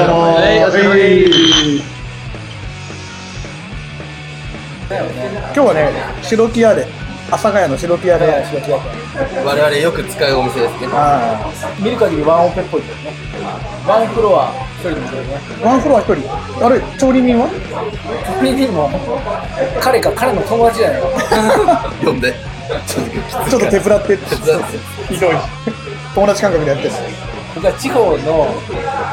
やすい今日はね、白木屋で、阿佐ヶ谷の白木屋で、我々よく使うお店ですねあ見る限りワンオペっぽいけどね。ワンフロア一人でもいるね。ーワンフロア一人、あれ、調理人はコミュニティも彼か彼の友達じゃないの。呼んでちょっとちょっと手ぶらって、手伝ってひどい、友達感覚でやってる、僕は地方の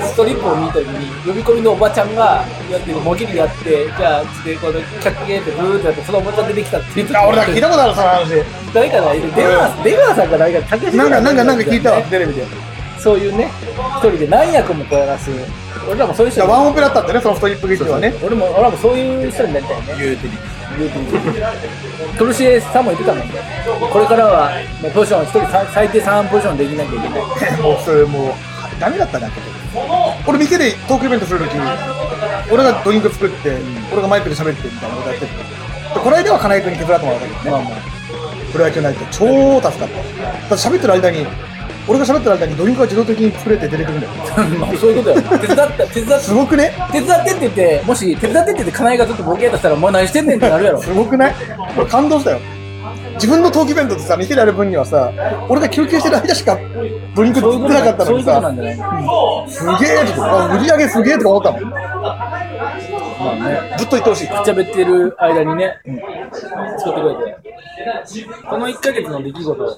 ストリップを見た時に呼び込みのおばちゃんがやってるもぎりがあってじゃあつってこの客芸ってブーってやってそのおばちゃん出てきたっていう時あ俺、だ聞いたことある、その話、誰かがいる出川出川さんか誰か竹下なんか、さなんか、なんか聞いたわ、ねテレビで、そういうね一人で何役もこなす俺らもそういうじ人ゃあにワンオペだったんだね、その太りっぷりっていうのはね、俺も俺らもそういう人になりたいね言うてみ言うてみてトルシエさんも言ってたもんねこれからはもうポジション一人さ最低3ポジションできなきゃいけないもう、それもう、ダメだったな、結局俺、店でトークイベントするとき、俺がドリンク作って、俺がマイクで喋ってみたいなことやってる。でこの間は金井君に手ぶらってもらったけどね。まあまあプロ野球ナイト超助かっただって喋ってる間に俺が喋ってる間にドリンクが自動的に作れて出てくるんだよまあそういうことだ よ手伝った手伝っすごくね手伝ってって言って、もし手伝ってって言って、金井がちょっとボケやとしたら、お前何してんねんってなるやろ。すごくない俺感動したよ自分の陶器弁当ってさ店でやる分にはさ俺が休憩してる間しかドリンクそういう作っこてとなかなっんただのそういにうことなんさじゃないのすげえとかあ売り上げすげえとか思ったもんまあね。ずっと言ってほしいくちゃべってる間にね、作ってくれて。この1ヶ月の出来事、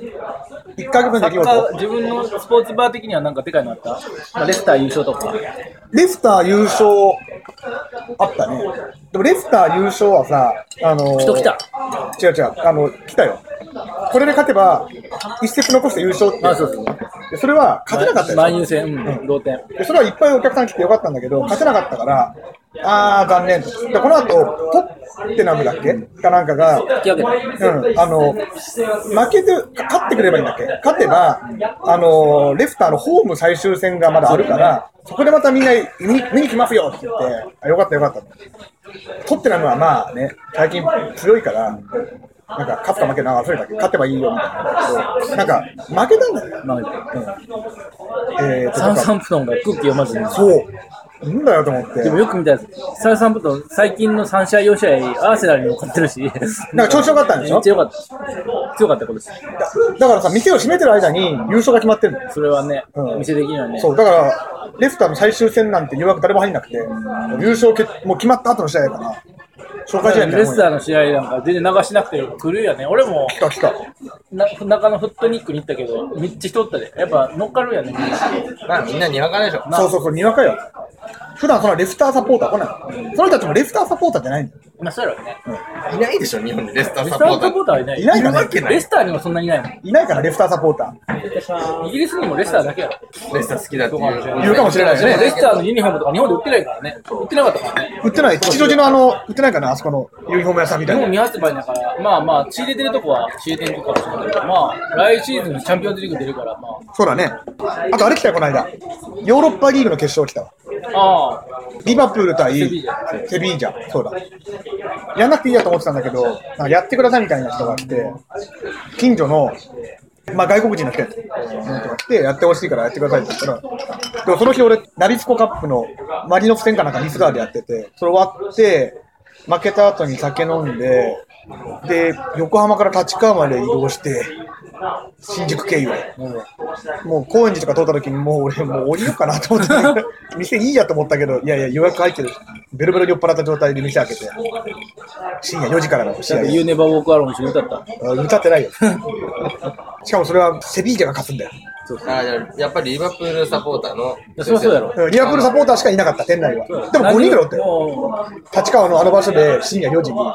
1ヶ月のサ出来ッカー、事自分のスポーツバー的にはなんかでかいのあったまあレスター優勝とか。レスター優勝あったねでもレスター優勝はさあのー人来た。違う違う、あの、来たよ。これで勝てば、一節残して優勝って。あそうそうでそれは勝てなかったまよあ万有戦、うん、同点。でそれはいっぱいお客さん来てよかったんだけど、勝てなかったから、あー、残念と。で、この後、トッテナムだっけかなんかが、引き分けた。うん、あの、負けて、勝ってくればいいんだっけ勝てば、あの、レフターのホーム最終戦がまだあるから、そこでまたみんな見に見に来ますよって言って、あよかったよかった。取ってなのはまあね、最近強いから、なんか勝つか負けるのは忘れたけど、勝てばいいよみたいなんだけど、なんか負けたんだよ。まあ、えーとサンなサんかンプトンが空気読まずに。そう。なんだよと思ってで。もよく見たら、サンサンプトン、最近の3試合、4試合、アーセナルにも勝ってるし。なんか調子良かったんでしょめっちゃ良かった。強かった、今年。だだからさ、店を閉めてる間に優勝が決まってるのよそれはね、うん店的にはね、そう、だから、レスターの最終戦なんて誘惑誰も入んなくて、優勝決もう決まった後の試合やから、紹介試合みたいレなもスんタや。ーの試合なんか全然流しなくて狂いやね、俺も来た来た。な中のフットニックに行ったけど、めっちゃ人おったで、やっぱ乗っかるやね、まあみんなにわかないでしょそうそうそう、にわかよ。普段そのレスターサポーター来ないの。その人たちもレスターサポーターじゃないんだよ。まあそうやろうね、いないでしょ日本にレスターレサスポターータサポーターーはいない、いないかいるわね。けないレスターにもそんなにいないもいないから、レスターサポータん、イギリスにもレスターだけやろ、レスター好きだっていう言うかもしれないね、レスターののユニフォームとか日本で売ってないからね、売ってなかったからね、ー。売ってない、吉祥寺のあの、売ってないかな、あそこのユニフォーム屋さんみ日たい本な。見発売だから、まあまあ、仕入れてるとこは仕入れてるとこかもしれないけど、まあ、来シーズンのチャンピオンズリーグ出るから、まそうだね。あとあれ来たよ、この間。ヨーロッパリーグの決勝来たわ。あ、ああ、リバプール対セビージャセビージャ、そうだ。やんなくていいやと思ってたんだけど、なんかやってくださいみたいな人があって、近所の、まあ、外国人の人やって来て、やってほしいからやってくださいって言ったら、でもその日俺、ナビスコカップのマリノフ戦かなんかミスガーでやってて、それ終わって、負けた後に酒飲んで、で、横浜から立川まで移動して、新宿経由で。もう高円寺とか通った時にもう俺もう降りようかなと思 ってたけど店いいやと思ったけどいやいや予約入ってるベロベロに酔っ払った状態で店開けて深夜4時からの試だっ合て You Never Walk Alone 一緒に歌った。あ歌ってないよしかもそれはセビージャが勝つんだよあじゃあやっぱりリバプールサポーターのやそりゃそうやろうんリアプールサポーターしかいなかった店内はでも5人ぐらいおったよも立川のあの場所で深夜4時にうま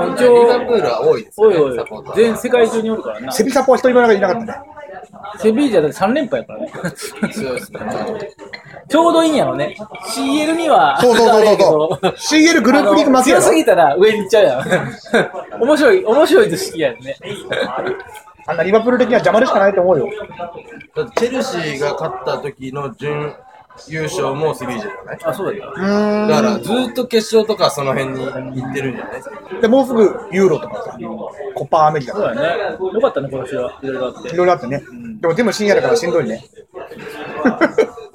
あ、一リバプー応、ルは多いですおよねいおいサポータ、ー全世界中におるからな。セセビサポは一人もいなかったねビージャだって3連覇やからね。 強いですねちょうどいいんやろね。CL には、そうそうそうそう あれやけどそう CL グループリーグ負けやあろの強すぎたら上に行っちゃうやん。 面白い、面白いと好きやんね。あんなリバプール的には邪魔でしかないと思うよだってチェルシーが勝った時の準優勝もセビージャじゃないうあ、そうだよ。うーんだからずーっと決勝とかその辺に行ってるんじゃないですかでもうすぐユーロとかさコパアメリカとそうかだよね。よかったね、今年は。いろいろあってい。ろいろあって ね。でも、でも深夜だからしんどいね。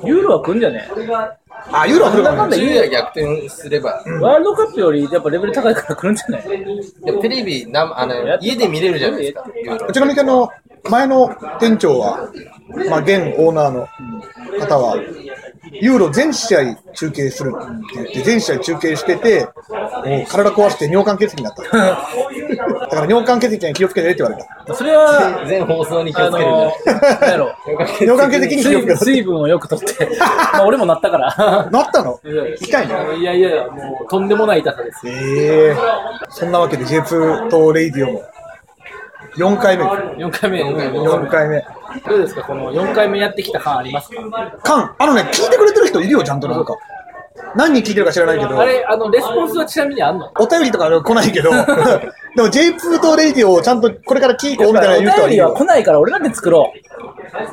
ユーロは来んじゃねあ、ユーロは来るかもなんだね。言うや逆転すれば、ワールドカップよりやっぱレベル高いから来るんじゃないでテレビ生あの、家で見れるじゃないですか、ユーロうちの店の前の店長は、まあ、現オーナーの方は、ユーロ全試合中継するって言って、全試合中継してて、もう体壊して尿管結石になっ た。だから尿管結石に気をつけてねって言われた。それは、全放送に気あをつけるんだの、なんや ろ。尿管結石に気を水つけ分てね。水分をよくとって、 まあ俺もなったから。なったの痛いのいやいや、もうとんでもない痛さですよ。ええそんなわけで J2 とレイディオも4回目4回目、 4回目どうですか、この4回目やってきた感ありますかカンあのね聞いてくれてる人いるよちゃんとなんか何人聞いてるか知らないけどあれ、あの、レスポンスはちなみにあんのお便りとか来ないけど でも J2 とレイディオをちゃんとこれから聞いこうみたいな言う人おはいる便りはよ来ないから俺らで作ろう。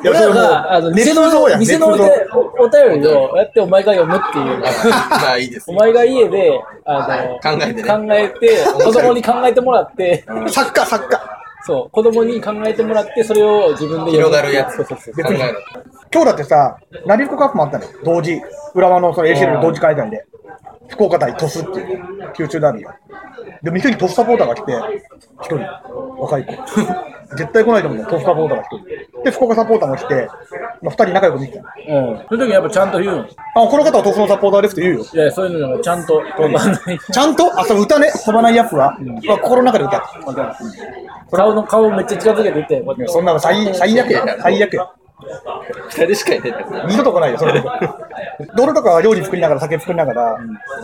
いや俺それらもが、あの、う店の捏造や、店のお捏便造お便りをやってお前が読むっていう。まあいいですお。前が家で、あの、考えてね考えて、子供に考えてもらって、作家作家そう、子供に考えてもらって、それを自分で読む広がるやつそうそうそう考えろ。今日だってさナビフコカップもあったのよ同時浦和のその ACL の同時開催で福岡対鳥栖っていうね九州ダービーがで店に鳥栖サポーターが来て一人若い子 絶対来ないと思うんだよ鳥栖サポーターが一人で福岡サポーターも来てまあ二人仲良く見てたのあうん。その時やっぱちゃんと言うん。この方は鳥栖のサポーターですって言うよいや、そういうのがちゃんと飛ばない。ちゃんとあその歌ね飛ばないやつは、まあ心の中で歌って 顔の顔めっちゃ近づけてて、こうやってそんなの最最悪や、最悪や。二人しかいないんだから二度と来ないよ、それ。ドルとかは料理作りながら、酒作りながら、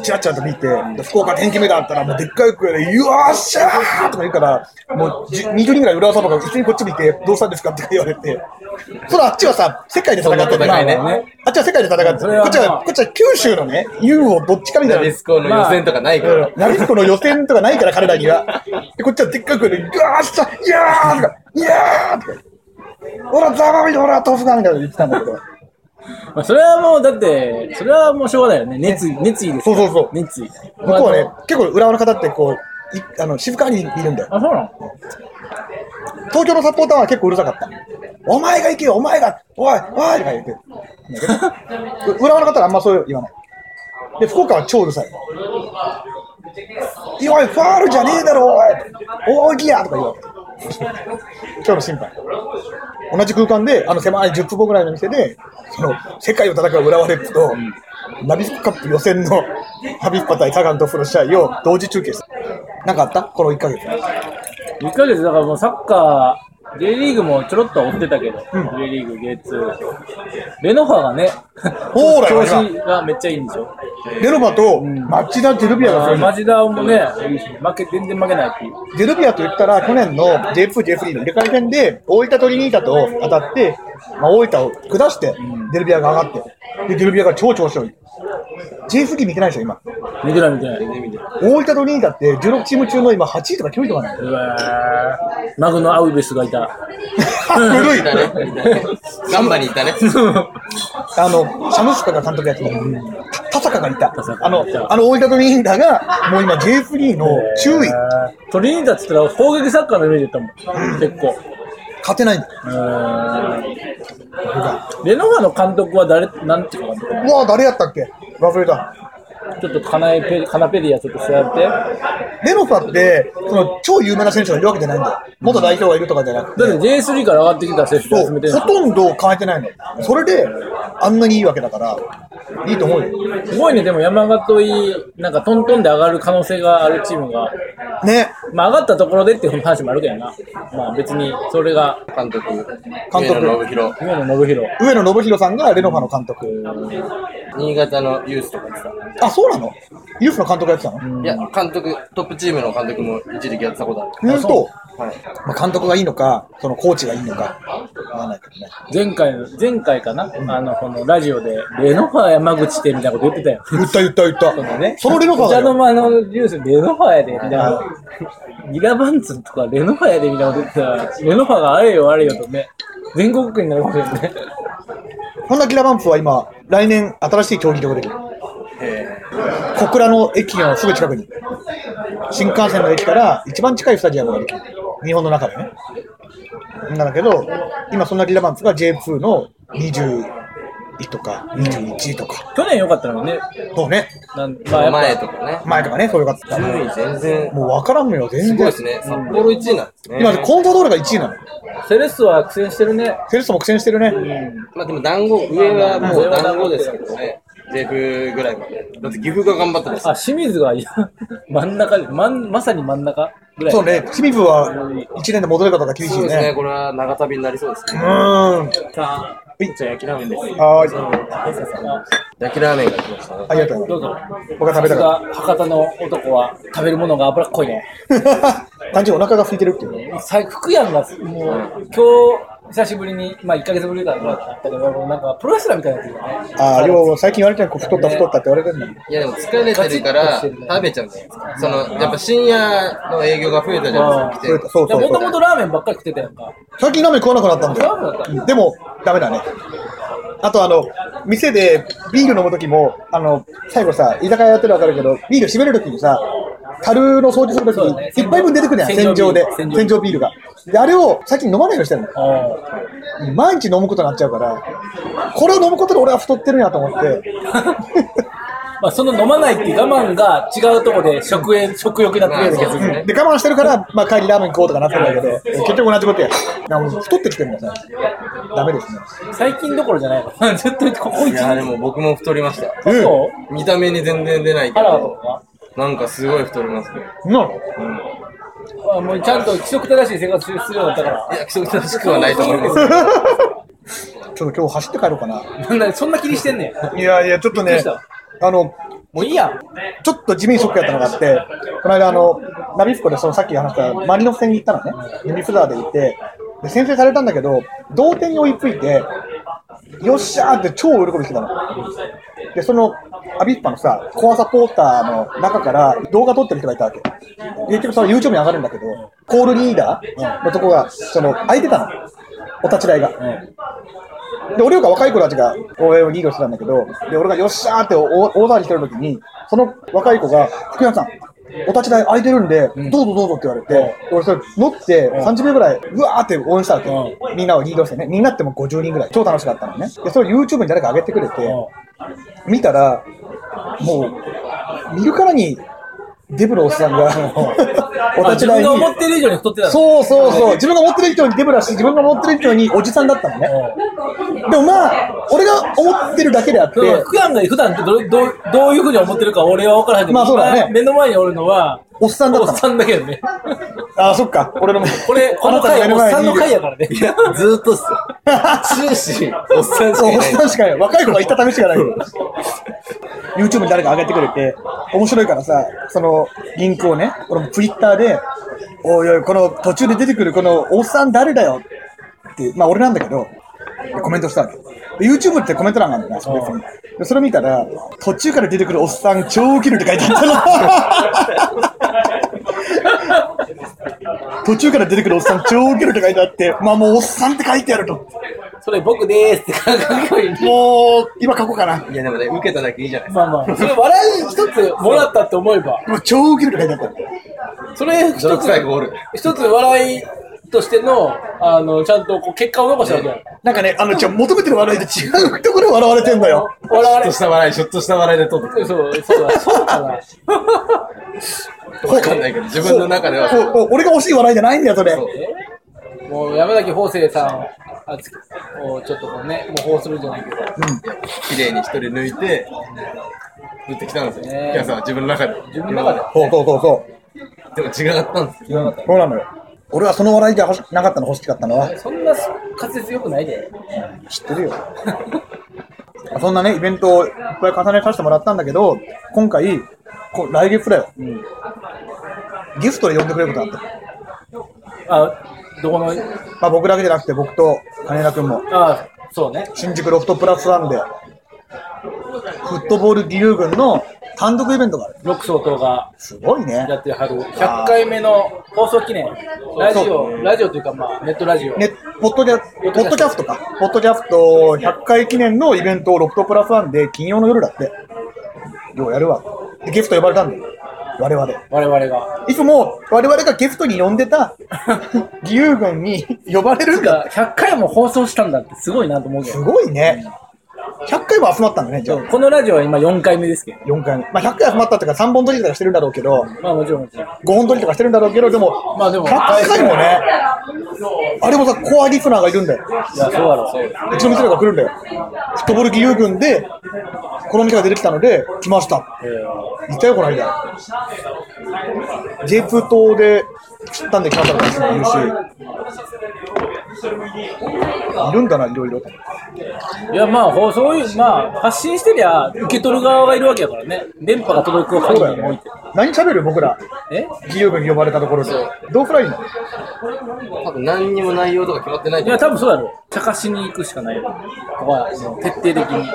チラチラと見て、福岡天気目だったら、もうでっかい声で、よっしゃーとか言うから、もうじ20人ぐらい浦和サバが一緒にこっち見て、どうしたんですかって言われて、それあっちはさ、世界で戦ってるからそんな戦いねまあまああっちは世界で戦ってそるれこはっちは、こっちは九州のね、ユーをどっちかみたいナな。ビスコの予選とかないから。ナビスコの予選とかないから、彼らには。で、こっちはでっかい声で、よーっしゃいやーとか、いやーとか、ほら、ざまみろ、ほら、豆腐だみたいなの言ってたんだけど。まあ、それはもう、だって、それはもうしょうがないよね。熱意、熱意ですから。そうそうそう熱意。向こうはね、結構浦和の方ってこう、いあの静かにいるんだよ。あ、そうなの東京のサポーターは結構うるさかった。お前が行けよ、お前が、おい、おいとか言って。 浦和の方はあんまそういうの言わない。で、福岡は超うるさい。おい、ファールじゃねえだろ、おい、大きやとか言われて。今日の審判。同じ空間で、あの狭い10坪ぐらいの店で、その世界を戦う浦和レッズと、ナビスコカップ予選のハビスパ対サガンとフの試合を同時中継した。なんかあったこの1ヶ月。 1ヶ月だからもうサッカー、J リーグもちょろっとは追ってたけど、うん J リーグ、J2。レノファがね、ほら調子がめっちゃいいんでしょ。レロバと町田ゼルビアが強いんだマジダもね、負け、全然負けないっていう。ゼルビアと言ったら、去年の J2、J3 の入れ替え戦で、大分トリニータと当たって、まあ、大分を下して、ゼルビアが上がって、で、ゼルビアが超調子良い。J3 見てないでしょ、今。見てない見てない。大分トリニータって16チーム中の今8位とか9位とかなのうわーマグノ・アウベスがいた。古いいたね。ガンバにいたね。あの、サムスカが監督やってた。田坂がいた田。坂あの、あの大分トリニータが、もう今 J3 の9位。えートリニータって言ったら攻撃サッカーのイメージだったもん、結構。勝てないんだよ。うーんレノファの監督は誰、なんていうか監督うわぁ、誰やったっけ忘れた。ちょっとカナエペカナペリアちょっと調べて。レノファって、その超有名な選手がいるわけじゃないんだよ。元代表がいるとかじゃなくて。だって J3 から上がってきた選手をそ集めてうるのほとんど変えてないの。それで、あんなにいいわけだから、いいと思うよ。すごいね、でも山形い、なんかトントンで上がる可能性があるチームが。ね、まあ上がったところでっていう話もあるけどな。まあ別に、それが、監督。督上野信弘。姫野信弘。上野信弘さんがレノファの監督。新潟のユースとかでさ。あ、そうなのユースの監督やってたのいや、監督、トップチームの監督も一時期やってたことある。うんと、はい。まあ、監督がいいのか、そのコーチがいいのか、わかんないけどね。前回の、前回かな、あの、このラジオで、レノファー山口ってみたいなこと言ってたよ。 言った言った言った。そのねのレノファおだ茶のよ。間のジュース、レノファーやで、みたいなは。ギガバンツとかレノファーやで、みたいなこと言ってたら、レノファーがあれよあれよとね、全国区になるかもしれないね。ホンダキラバンプは今、来年新しい競技場ができる。え小倉の駅のすぐ近くに。新幹線の駅から一番近いスタジアムができる。日本の中でね。なんだけど、今そんなリラバンツが J2 の20位とか、21位とか。去年良かったのにね。そうね。なんまあやっぱ前とかね。前とかね、そういう方。順位全然、もう分からんのよ、全す然。ごいですね。札幌1位なんですね。今、コントロールが1位なの。セレッソは苦戦してるね。セレッソも苦戦してるね。まあでも団子、上はもう団子ですけどね。JF ぐらいまで。だって岐阜が頑張ってます。あ、清水がいや 真ん中で、まんまさに真ん中ぐらい。そうね、清水は1年で戻れ方が厳しいそうですね。ね。これは長旅になりそうですうね。ーん。さあ、じゃあ焼きラーメンです。はーい。焼きラーメンが来ましたね。ありがとうござどいうぞ。ます。僕が食べたかっさすが博多の男は食べるものが脂っこいね。た。単純にお腹が空いてるっていうね。さ福山がもう今日久しぶりに、まあ1ヶ月ぶりだったけど、なんかプロレスラーみたいになってるよね。ああ、量、最近言われてる、こう太った太ったって言われてるんだ。いやでも疲れてるから食べちゃうんじゃないですか。その、やっぱ深夜の営業が増えたじゃないですか。来てそうそうそうもともとラーメンばっかり食ってたやんか。最近ラーメン食わなくなったんだラーメンだったよ。でも、ダメだね。あと、あの、店でビール飲むときも、あの、最後さ、居酒屋やってるわかるけど、ビール閉めるときにさ、樽の掃除するときそうだにね、一杯分出てくるやん、洗洗浄浄ビーでル。洗洗浄ビールが。で、あれを最近飲まないようにしてるの。あ毎日飲むことになっちゃうから、これを飲むことで俺は太ってるんやと思って、あまあその飲まないっていう我慢が違うとこで食塩食欲になってるような気がするね。で、我慢してるから、まあ、帰りラーメン食おうとかなってるんだけど、結局同じことや。だからもう太ってきてるもんさ、ダメですね。最近どころじゃない のずっとここい一やで年。も僕も太りました。うんそう見た目に全然出ないけ腹とど、かなんかすごい太りますね。なのあもうちゃんと規則正しい生活するようになったから。いや、規則正しくはないと思います。ちょっと今日走って帰ろうかな。なんだそんな気にしてんねん。いやいや、ちょっとびっくりねした、あの、もういいやん。ちょっと地味にショックやったのがあって、この間、あの、ナビフコでそのさっき話したマリノフ戦に行ったのね、ユニフザーで行って、で先制されたんだけど、同点に追いついて、よっしゃーって超喜びしてたの。で、そのアビスパのさ、コアサポーターの中から動画撮ってる人がいたわけ。結局その YouTube に上がるんだけど、コールリーダーのとこが、その、空いてたの。お立ち台が。で、俺よりか若い子たちが応援をリードしてたんだけど、で、俺がよっしゃーって大大騒ぎしてる時に、その若い子が、福山さん、お立ち台空いてるんで、どうぞどうぞって言われて、で俺それ乗って30秒ぐらい、うわーって応援したわけ。みんなをリードしてね。みんなってもう50人ぐらい。超楽しかったのね。で、それを YouTube に誰か上げてくれて、見たら、もう、見るからに、デブのおっさんが、 おあ立ち台自分がに、思ってる以上に太ってたの。そうそうそう、自分が思ってる以上にデブだし、自分が思ってる以上におじさんだったのね。でもまあ、俺が思ってるだけであって、で福山が普段ってどれどうどういうふうに思ってるか俺は分からへんけど、まあそうだね今目の前におるのは、おっさんだおったっの。さんだけどね。ああ、そっか、俺の目。これ、この回、おっさんの回やかからね。いや、ずーっとっすよ。終始、おっさんしそう、おっかいなさいん。しかいない。若い子が行ったためしかない。YouTube に誰か上げてくれて、面白いからさ、そのリンクをね、俺も Twitter で、おいおい、この途中で出てくるこのおっさん誰だよって、まあ俺なんだけど、でコメントしたわけ。で YouTube ってコメント欄があるんだよな、そこ別にでそれ見たら、途中から出てくるおっさん超ウケるって書いてあった の。途中から出てくるおっさん超ウケるって書いてあって、まあもうおっさんって書いてあると。それ僕でーすって感覚に。もう、今書こうかな。いやでもね、受けただけいいじゃないですか。まあまあ、それ笑い一つもらったって思えば、もう超ウケるって書いてあった。それ一つ泥、臭いゴール。一つ笑いとしての、あの、ちゃんとこう結果を残したわけやん。なんかね、あの、じゃあ求めてる笑いと違うところで笑われてんだよ。笑ちょわっれとした笑い、ちょっとした笑いで撮ってそう、そうだ、そうかな。た。わかんないけど、自分の中では。そうそう俺が欲しい笑いじゃないんだよ、それ。そうもう山崎邦生さんあつをちょっとこうね、模倣するんじゃないけど、綺麗に一人抜いて、打ってきたんですよ。ねいやさ、自分の中で。自分の中でそうそうそうそう。でも違ったんですよ。そうなのよ。俺はその笑いじゃ欲しなかったの欲しかったのはそんな滑舌良くないで。知ってるよ。 そんなね、イベントをいっぱい重ねさせてもらったんだけど、今回、こ来月だよ、ゲストで呼んでくれることになった。あ、どこの、まあ僕だけじゃなくて、僕と金田君も。あ、そうね。新宿ロフトプラスワンで、フットボール義勇軍の単独イベントがある。六章等がすごいねや。ってはる100回目の放送記念、ラジオ、ラジオというかまあ、ネットラジオ。ね、ポッドキャポッドキャストか。ポッドキャスト100回記念のイベントをロフトプラスワンで金曜の夜だって。ようやるわ。でゲスト呼ばれたんだよ。我々。我々が。いつも我々がゲストに呼んで た義勇軍に呼ばれるんだ。 100回も放送したんだってすごいなと思うけすど。ごいね。 100回も集まったんだね、じゃあ。このラジオは今4回目ですけど。 4回目。まあ、100回集まったっていうか、3本撮りとかしてるんだろうけど、まあもちろんもちろ5ん。本撮りとかしてるんだろうけど、でも、まあでも100回もね、あれもさ、コアリスナーがいるんだよ。いや、そうだろ、そうだろ。うちの店とか来るんだよ。フットボール義勇軍で、この店が出てきたので、来ました。行ったよ、この間。J2 島で知ったんで来ましたとかですね、言うし。いるんだな、いろいろ。いや、まあ、ほうそういう、まあ、発信してりゃ、受け取る側がいるわけだからね。電波が届く範そうだ囲によおいねて。。何喋る僕ら。え義勇軍に呼ばれたところで。どうくらいいいの多分何にも内容とか決まってないいじゃや、ん。多分そうだろ。茶化しに行くしかないよ。ここは、もう徹底的に。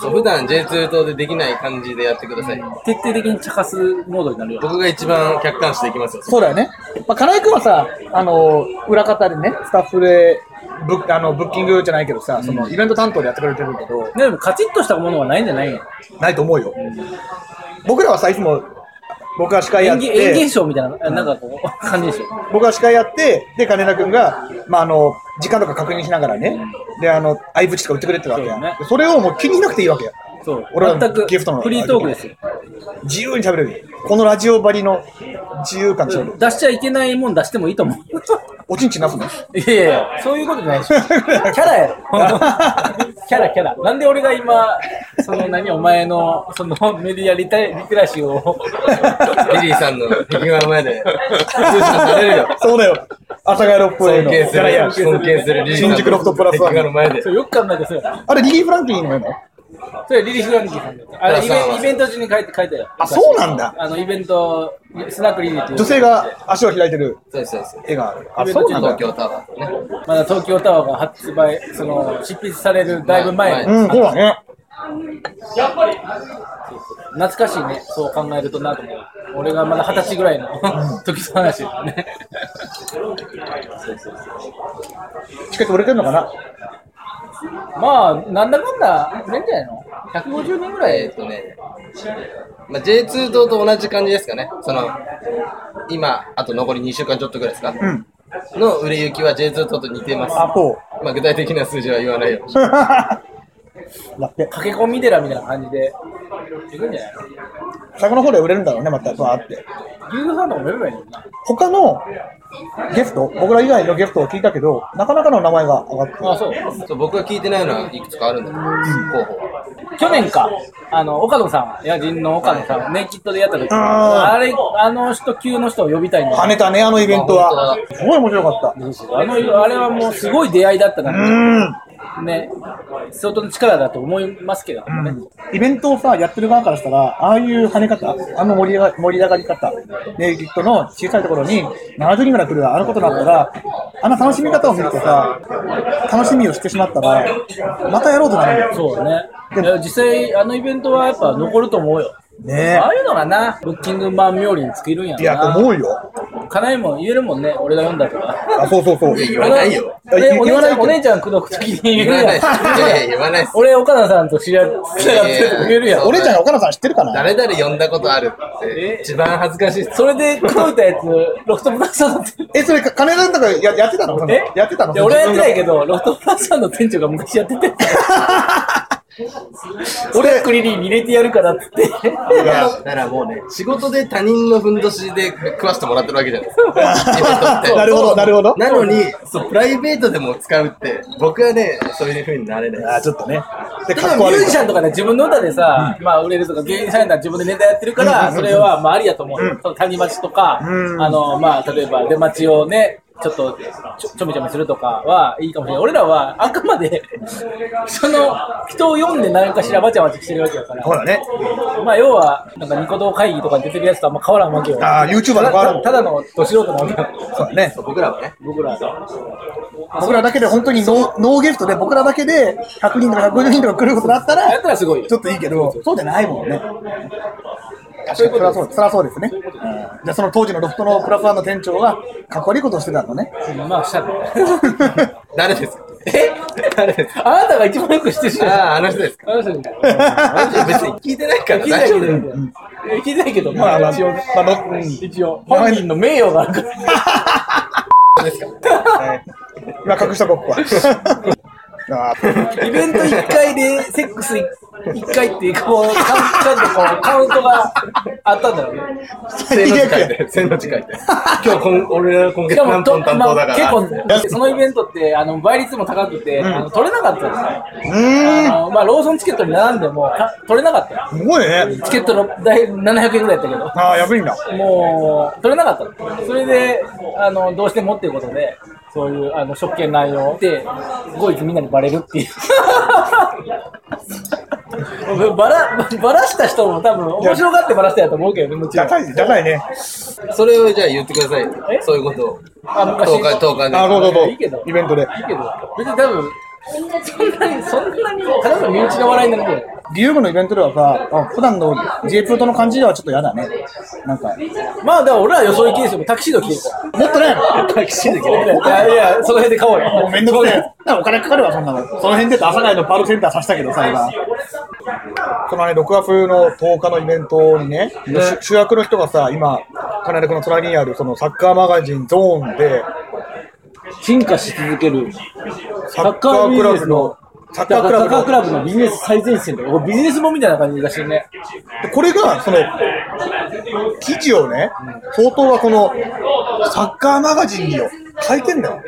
そう普段 J2 党でできない感じでやってください。徹底的に茶化すモードになるよ。僕が一番客観視できますよ。そうだよね。まあ、金井君はさ、あの、裏方でね、スタッフで、ブッあのブッキングじゃないけどさ、そのイベント担当でやってくれてるけど、でも、カチッとしたものはないんじゃないのないと思うよ。僕らはさ、いつも、僕が司会や演っ芸、演芸て、ショーみたいな、なんかこう、感じでしょ。僕が司会やって、で、金田君が、まあ、あの、時間とか確認しながらね、で、あの、相槌とか打ってくれてたわけやそうだねん。それをもう気になくていいわけや。そう。俺は全くギフトなのフリートークですよ。自由に喋れる。このラジオ張りの自由感で喋る。出しちゃいけないもん出してもいいと思う。おちんちんなすのいやいや、そういうことじゃないでしょ。キャラやろ。キャラキャラ。なんで俺が今、その何、お前の、そのメディアリテリテラシーを。リリーさんの壁画の前で、通信されるよ。 そうだよ。阿佐ヶ谷六本尊敬木するの。いや、尊敬するリリーさんの新宿ロフトプラスワン壁画の前で。そうよく考えてそうやなあれ、リリー・フランキンのやのそれリリー・フランキーさんだった。あれイそうそベうイベント中に書いて書いたよ。あ、そうなんだ。あのイベント、スナックリリーっていう。女性が足を開いてるそうですそうです。絵がある。あ、そそううななんん東京だ。タワーとね。まだ東京タワーが発売、その、執筆されるだいぶ前。うん、そうだね。懐かしいね、そう考えるとなと思う。俺がまだ二十歳ぐらいの時の話だよね。チケット売れてんのかなまあ、なんだかんだ、売れんじゃないの ?150 人ぐらえいっとね、まあ、J2 党と同じ感じですかね。その、今、あと残り2週間ちょっとぐらいですか。うん。の売れ行きは J2 党と似てます。あ、こまあ、具体的な数字は言わないようにう。 だって、駆け込み寺みたいな感じで、行くんじゃない最後の方で売れるんだろうね、またバーって。の牛丼さんとかも呼べばいいのにな。他のゲスト、僕ら以外のゲストを聞いたけど、なかなかの名前が上がってる。あ、そう。そう僕が聞いてないのはいくつかあるんだけど、候補は。去年か、あの、岡野さん、野人の岡野さん、ネイキッドでやった時、あーあれ、あの人級の人を呼びたいの。跳ねたね、あのイベントは。すごい面白かった。あの、あれはもうすごい出会いだったなうっん。て、ね、相当の力だと思いますけどね。イベントをさ、やってる側からしたら、ああいう跳ね方、あの盛り上が盛り上がり方、ネイキッドの小さいところに70人ぐらい来るあのことだったら、あの楽しみ方を見てさ、楽しみをしてしまったら、またやろうとなるんだよ。そうね。いや実際、あのイベントはやっぱ残ると思うよ。ねああいうのがな、ブッキングマン冥利に尽きるんやろえ。ないや、と思うよ。かなえも言えるもんね、俺が読んだとか。あ、そうそうそう。言わないよ。あね言お姉わちないゃん、けどお姉ちゃん口説くときに言言うわやないです。ん。いやいや言わないです。俺、岡田さんと知り合ってたやってとか言えるやん。俺ちゃんが岡野さん知ってるかな誰々呼んだことあるって、一番恥ずかしいっす。それで口説いたやつ、ロフトプラスさんだって。え、それ、金田とかややってたのそのえやってたのいや、俺はやってないけど、ロフトプラスさんの店長が昔やってて。俺、クリリンに入れてやるからって言って。 いや、だからもうね、仕事で他人のふんどしで食わしてもらってるわけじゃない ですか。イベントって なるほど、なるほど。なのに、そう、プライベートでも使うって、僕はね、そういう風になれないあ、です。ちょっとね。で、例かっえこばミュ悪ーいジシかャンとかね、自分の歌でさ、まあ売れるとか芸人さんやったら自分でネタやってるから、それはまあありやと思うよ。その谷町とか、うんあの、まあ例えば出町をね、ちょっとちょちょめちょめするとかはいいかもしれない。俺らはあくまで、 その人を読んで何かしらわちゃわちゃしてるわけだから。ほらね。まあ要は、なんかニコ動会議とかに出てるやつとあんま変わらんわけよ。あー YouTuber たとだ変わらんたただのど素人なわけよ。そうだね。僕らはね、僕らは。僕らだけで本当にノーノーゲストで僕らだけで100人とか150人とか来ることだったやっらたらすごいよち。ょっといいけどそうじゃないもんね確かにそりゃそうそりゃそうですねうんじゃあその当時のロフトのプラスワンの店長がかっこ悪いことをしてたのねまあしたね。誰ですか え 誰ですかあなたが一番よく知ってるじゃん。ああ、あの人ですかあの人みたいな。別に聞いてないか 聞らいてない大け丈ど、夫だよ。聞いてないけど、ままあまああ、一応、まあロうん一応、本人の名誉があるから。はい今隠しとここはまあーイベント1回でセックス1回っていう、こう、ちゃんとこう、カウントがあったんだろうね。千の字書いて、千の字書いて。今日こん、俺ら今月しかも何と、本担ま当だあ、か結ら。構、そのイベントって、あの、倍率も高くて、あの取れなかったんですよ。あのまあ、ローソンチケットに並んでも、か取れなかったよすごいね。チケットの代700円ぐらいだったけど。ああ、やばいんだ。もう、取れなかったのそれで、あの、どうしてもっていうことで、そういう、あの、職権乱用で、後日みんなにバレるっていう。 バラ、バラした人も多分、面白がってバラしたやと思うけどね、もちろん。高い、高いね。それをじゃあ言ってください。そういうことを。あ、東海、東海で。ああ、どうぞどいいけどうイベントで。いいけど、別に多分、そんなに、そんなに、ただの身内の笑いになるけど。リュウグのイベントではさ、あ普段の J プロトの感じではちょっと嫌だね。なんか、まあ、だから俺らは装い系ですよ。タキシード着てるから。もっとね、タキシード着てるから。いやいや、その辺で買おうよ。もうめんどくせえ。なんかお金かかるわ、そんなの。その辺で言うと朝会のパルセンターさせたけどさ、今。このね、6月の10日のイベントにね、主主役の人がさ、今、金田君の隣にあるそのサッカーマガジンゾーンで、進化し続けるサッカークラブの、サッカークラブサッカークラの、ブのビジネス最前線で、ビジネスもみたいな感じがしてるね。でこれが、その、記事をね、相当はこの、サッカーマガジンによ、書いてんだよ。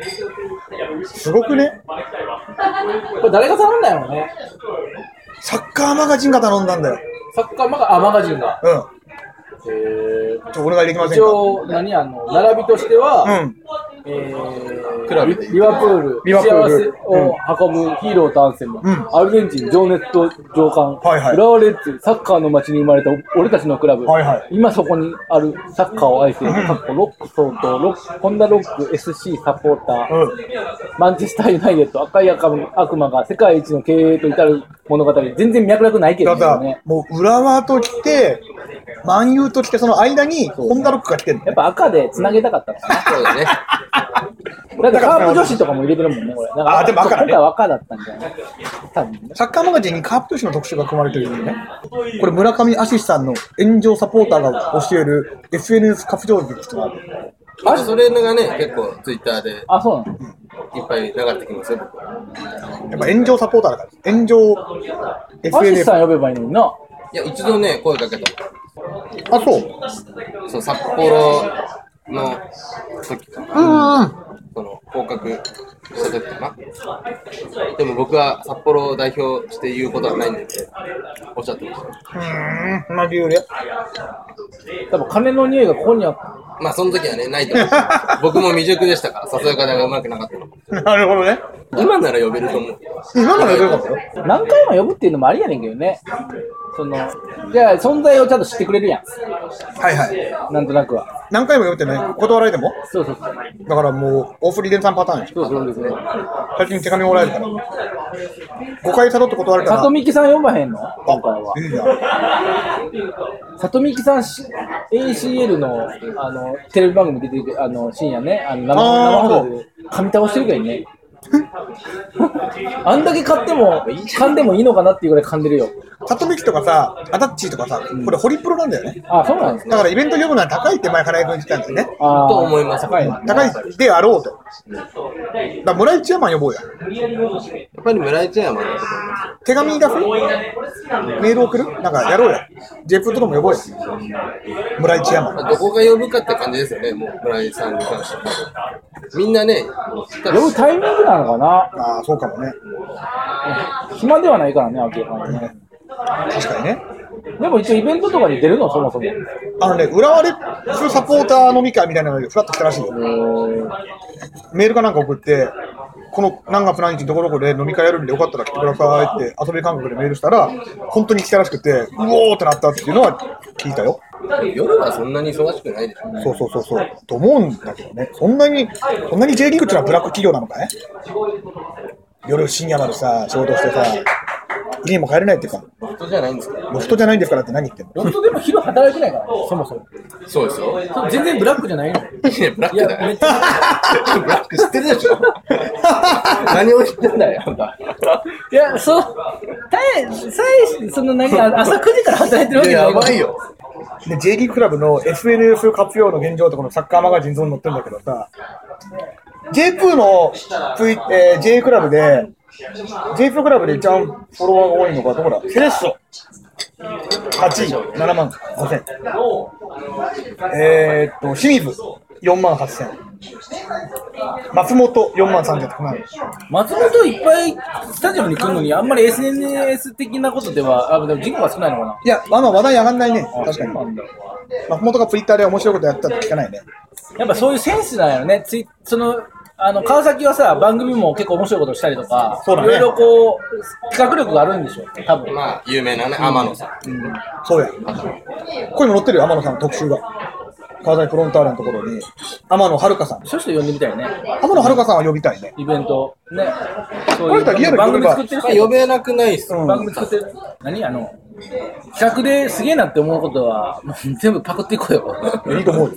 すごくね、これ誰が頼んだんやろうね。サッカーマガジンが頼んだんだよ。サッカーマガあマガジンが。うん。ちょ、お願いできません一か応、何あの、並びとしては、うん。えークラブリリワプール、リワプール幸せを運ぶヒーローとアンセム、うんアルゼンチン、情熱と情感、はいはい浦和レッズ、サッカーの街に生まれた俺たちのクラブ、はいはい今そこにあるサッカーを愛する、かっこロック相当、ロック、ホンダロック SC サポーター、うマンチェスターユナイテッド、赤い悪魔悪魔が世界一の経営と至る物語、全然脈絡ないけん。どだからね、。もう、浦和と来て、万有と来て、その間に、ホンダロックが来てるんだやっよ。ぱ赤で繋げたかったのね。そうですね。だってカープ女子とかも入れてるもんね、これ。だからあでも赤だね今回は赤だったんじゃない多分ね。サッカーマガジンにカープ女子の特集が組まれてるんだよね。これ、村上淳さんの炎上サポーターが教える SNS 活用術とかある。あそれがね、結構ツイッターでいっあ、そうなのぱい流れてきますよ、僕はやっぱ炎上サポーターだから。炎上アシス SNS。さあ、ん呼べばいいのにな。いや、一度ね、声かけたそう。のそう、札幌の時かな。うんうん。その、合格した時かな。でも僕は札幌を代表して言うことはないんで、おっしゃってました。うん。まあ、理由で。多分金の匂いがここには、まあ、その時はね、ないと 思う。僕も未熟でしたから、ささやかながうまくなかったの。なるほどね。今なら呼べると思う。今ならよかったよ。何回も呼ぶっていうのもありやねんけどね。その、じゃあ存在をちゃんと知ってくれるやはいはい。ん。なんとなくは。何回も読めてね、断られてもそうそうそう。だからもう、大振り連さんパターンでしょ。そうそうですね。最近手紙もらえるから。5回誘って断られたら。里美きさん呼ばへんの今回はあ。いいじゃん。 里美きさんし、ACL のあのテレビ番組出てるあの深夜ね、あの生あー生放送で噛み倒してるけどね。 あんだけ買っても、噛んでもいいのかなっていうぐらい噛んでるよ。里見きとかさ、アタッチーとかさ、これホリプロなんだよね。あ、そうなんですね。だからイベント呼ぶのは高いって前、金井君言ってたんだよね。あーと思います高いな高いであろうと。だから村井千山呼ぼうや。やっぱり村井ちゃんはまだと思います。手紙出すメール送るなんかやろうや。J プロとかも呼ぼうや。村井千山。まあどこが呼ぶかって感じですよね、もう村井さんに関しては。みんなね、ただ呼ぶタイミングなのかなああ、そうかもね。暇ではないからね、明らかにね。確かにね。でも一応イベントとかに出るの、そもそも。あのね、浦和レッズサポーター飲み会みたいなので、フラッと来たらしいよ。メールかなんか送って、この何月何日どこどこで飲み会やるんでよかったら来てくださいって遊び感覚でメールしたら、本当に来たらしくて、うおーってなったっていうのは聞いたよ。夜はそんなに忙しくないでしょ。そうそうそうそう。と思うんだけどね。そんなに、そんなに J リーグってのはブラック企業なのかね夜深夜までさ、仕事してさ、家にも帰れないっていうか、人じゃないんですかロフトじゃないんですからって何言ってんのロフトでも昼働いてないから、そもそも。そうですよ。い全然ブラックじゃ ないの。や、ブラッいクや、だめっよち。ゃ。ブラック知ってるでし ょ。何を言ってんだよ、あんた。いや、そう、たえ、さえ、その何か、朝9時から働いてるわいけじゃや、やないかばらい。よ。で J リーグクラブの SNS 活用の現状とこのサッカーマガジンゾーンに載ってるんだけどさ、J プーのツイ、えー J クラブで j p クラブで一番フォロワーが多いのがどこだセレッソ8位7万5000えー、っと清水4万8000松本4万3000とかなる松本いっぱいスタジオに来るのに、あんまり SNS 的なことでは、あ、でも人口が少ないのかな。いや、あの話題上がんないね、確かに。松本がツイッターで面白いことやったって聞かないね。やっぱそういうセンスなんやろね。ツイその、あの、川崎はさ、番組も結構面白いことしたりとか、そうだねいろいろこう、企画力があるんでしょ、多分。まあ、有名なね、天野さん。そうや。これも載ってるよ、天野さんの特集が。川崎フロンターレのところに、天野遥さん。そういう人呼んでみたいね。天野遥さんは呼びたいね。イベント。ね。そこの人はリアルに番組呼べば作ってるまあ、人呼べなくないっす。うん番組作ってる。何あの、企画ですげえなって思うことは、もう全部パクっていこう よ。いいと思うよ。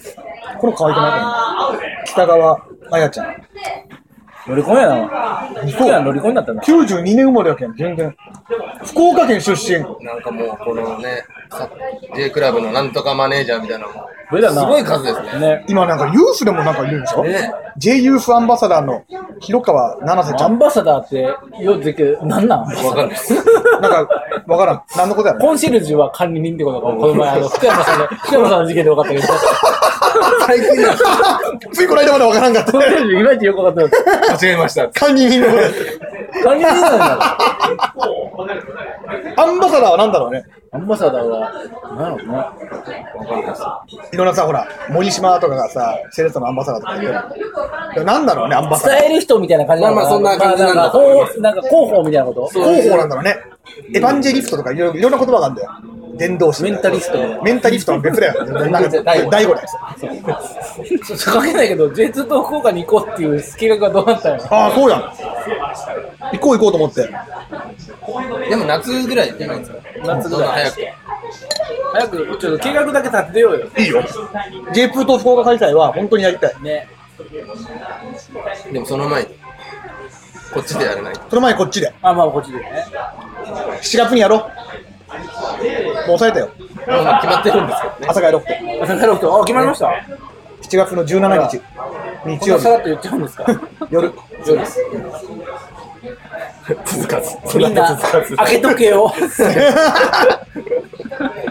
この可愛くない北川彩ちゃん。乗り込みやな。日本は乗り込みだったんだ。 92年生まれやけん、全然。福岡県出身。なんかもう、このね、さ J クラブのなんとかマネージャーみたいなのも、上だな。すごい数ですね。ね。今なんかユースでもなんかいるんでしょね ?J ユースアンバサダーの広川七瀬ちアゃん。ンバサダーって言うてけど、なんなんわかんないっす。なんか、わからん。何のことやろ コンシェルジュは管理人ってことが、この前、あの、福山さん の、福山さんの事件で分かったけど、最近なんです ついこの間までわからんかっ たコン。シェルジュ意外とよく分かったよ間違えました。管理人のことです。管理人なんだ。 アンバサダーは何だろうね。アンバサダーは、なんやろうね。いろんなさ、ほら、森島とかがさ、セレッソのアンバサダーとか言ってる。いや何だろうね、アンバサダー。伝える人みたいな感じなのかまあまあそんな感じなんだまあかこうなんか広報みたいなこと広報なんだろうね。エヴァンジェリストとかいろいろいろんな言葉があるんだよ。伝道師。メンタリストメンタリストは別だよ。 なんか、第第五五だよ。ちょっと関係ないけど、J2 と福岡に行こうっていう計画はどうなったのああ、そうやん。行こう行こうと思って。でも夏ぐらいじゃないですか。夏ぐらいどんどん早く。早く、ちょっと計画だけ立てようよ。いいよ。J プーと福岡開催は本当にやりたい。ね。でもその前に、こっちでやらないと。その前にこっちで。まあまあ、こっちでね。 7月にやろう。もう抑えたよ。もう決まってるんですけどね。朝帰ろうって。あ、なるほど。あ、決まりました。 7月の17日。こ日ん曜な日さ。らっと言っちゃうんですか夜。そうです。続かず。みんな、開けとけよ。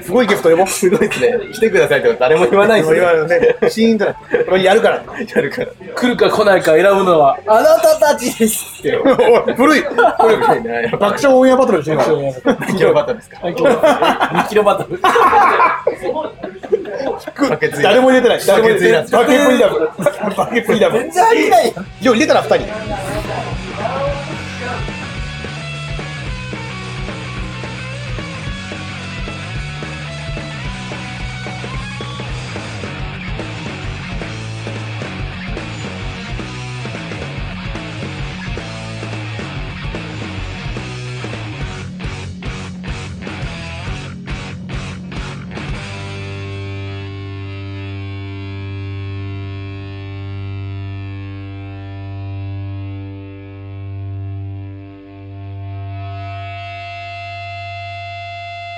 すごいゲスト呼ぼう。すごいですね。来てくださいとか誰も言わないです言われるね。シーンとなってこれやるから。やるから。 来るか来ないか選ぶのは、あなたたちですって。おい 古い。これ、ないなやっ爆ぱ笑オンエアバトルでしょ、今。何キロバタですか。 2キロバトル。バケツ誰も入れてない。誰も入れてない。ババケケツツイイダダムム。バケツイダム。然飽きないよ。よう入れたら二人。